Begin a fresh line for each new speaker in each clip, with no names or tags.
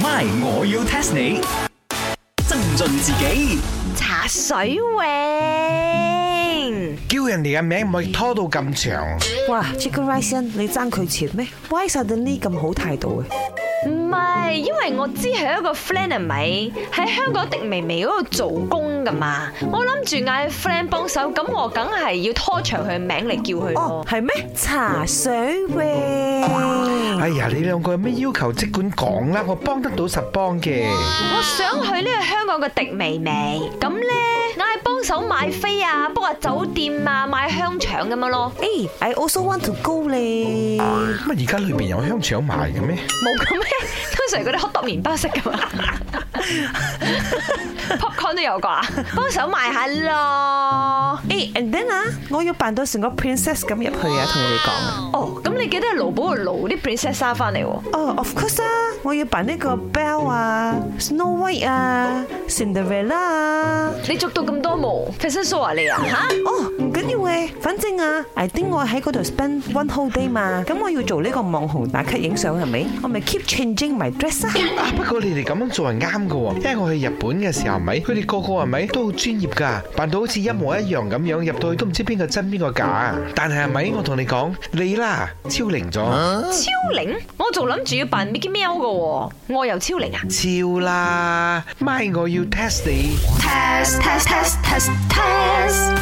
My，我要 test 你。增进自己，
茶水泳。
叫人哋嘅名唔可以拖到咁長。
哇，Chicken Rice 因你爭佢錢咩？Why suddenly 咁好態度嘅？
唔係，因為我知係一個 friend 係咪喺香港迪微微嗰度做工噶嘛，我諗住嗌 friend 幫手，咁我梗係要拖長佢名嚟叫佢
哦
咯，。
係咩？茶水泳。
哎呀，你兩個有咩要求即管講啦，我幫得到實幫嘅。
我想去呢個香港嘅迪微微，咁呢，嗌幫手買飛啊，book 下酒店啊，買香腸咁樣咯，
誒，I also want to go 咧。
咁啊，而家裏面有香腸賣嘅咩？
冇咁咩？通常嗰啲 hot dog 麵包式噶嘛，popcorn 都有啩，幫手買下咯。
誒，and then 啊，我要扮到成個 princess 咁入去啊，同你哋講啊。
哦，咁你記得勞保個勞啲 princess 衫翻嚟喎。
哦，of course 啊，我要扮呢個 Belle 啊、Snow White 啊、Cinderella 啊。
你捉到咁多毛，fashion show 啊你啊吓？
哦，唔緊要嘅，反正啊，I think 我喺嗰度 spend one whole day 嘛，咁我要做呢個網紅打卡影相係咪？我咪 keep changing my dress 啊。
啊，不過你哋咁樣做係啱嘅喎，因為我去日本嘅時候咪，佢哋個個係咪都好專業㗎，扮到好似一模一樣咁樣，入到去都唔知邊個真邊個假。但係係咪我同你講，你啦超齡咗，
嗯
超齡，我仲諗住要扮 Mickey 喵噶喎，我又超齡啊！
超啦咪我要 test 你。
test test test test test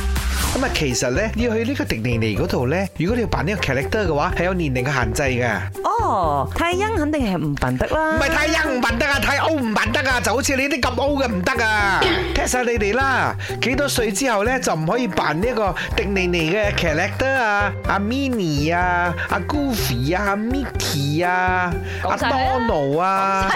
咁啊，其實咧要去呢個迪士尼嗰度咧，如果你要扮呢個 character 嘅話，係有年齡嘅限制嘅。
哦，太欣肯定係唔扮得啦。
唔係太young 唔扮得啊，太 old 唔扮得啊，就好似你啲咁 old 嘅唔得啊。踢晒你哋啦，幾多歲之後咧就唔可以扮呢個迪尼尼嘅 character 啊，阿 Minnie 啊，阿 Goofy 啊，阿 Mickey 啊，阿
講晒啦
Donald 啊，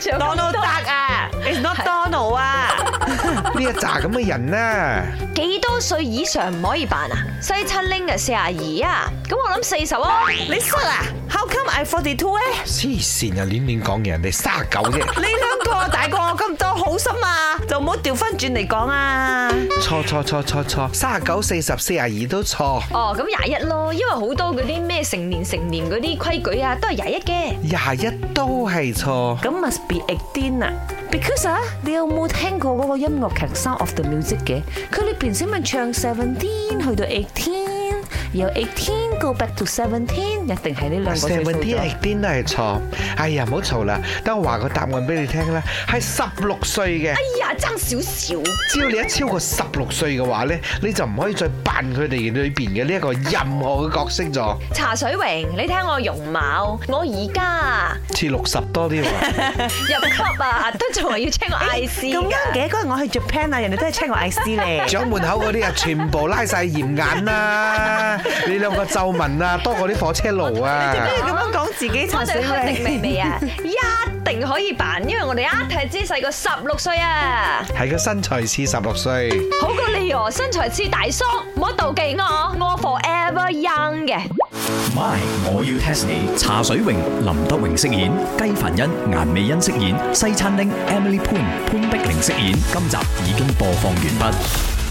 仲有
Donald Duck 啊，It's not Donald à. 啊。
呢一紮咁嘅人啊，
幾多歲以上唔可以扮啊？西七拎啊，四廿二啊，咁我諗四十啊。
你識啊？How à, come I forty two 咧？
黐線啊，亂亂講嘢，人哋三十九啫，
你兩個大過我咁多，好心啊，就唔好調翻轉嚟講啊。
錯錯錯錯錯，三十九、四十、四廿二都錯。
哦，咁廿一咯，因為好多嗰啲咩成年成年嗰啲規矩啊，都係廿一嘅。
廿一都係錯，
咁 must be eighteen 啊，because 啊，你有冇聽過嗰個音樂劇《Sound of the Music》嘅？佢裏邊先咪唱 seventeen 去到 eighteen，由 eighteen go back to seventeen，一定係呢兩個
成
歲數
份啲
咗。
係癲都係錯。哎呀，唔好嘈啦，等我話個答案俾你聽啦，係十六歲嘅。
哎呀，爭少少。
只要你一超過十六歲嘅話呢，你就唔可以再扮佢哋裏邊嘅呢一個任何嘅角色咗，
茶水榮，你睇我容貌，我而家啊
似六十多 啲喎。
入級啊，都仲係要 check 我 IC
哎咁啱
㗎。
嘅，嗰日我去 Japan à, 啊，人哋都係 check 我 IC 咧。
掌門口嗰啲啊，全部拉晒嚴 眼啦，你兩個皺紋啊，多過啲火車路啊。
你咁樣講自己
我
查死
哋去迪微
你。
微啊，一定可以扮，因為我哋一睇知細過十六歲啊，
係個身材似十六歲，
好過你哦，身材似大叔，唔好妒忌我，我 forever young 嘅。
My，我要 test 你。茶水榮、林德榮飾演，雞凡欣、顏美欣飾演，西餐廳 Emily Poon 潘碧玲飾演。今集已經播放完畢。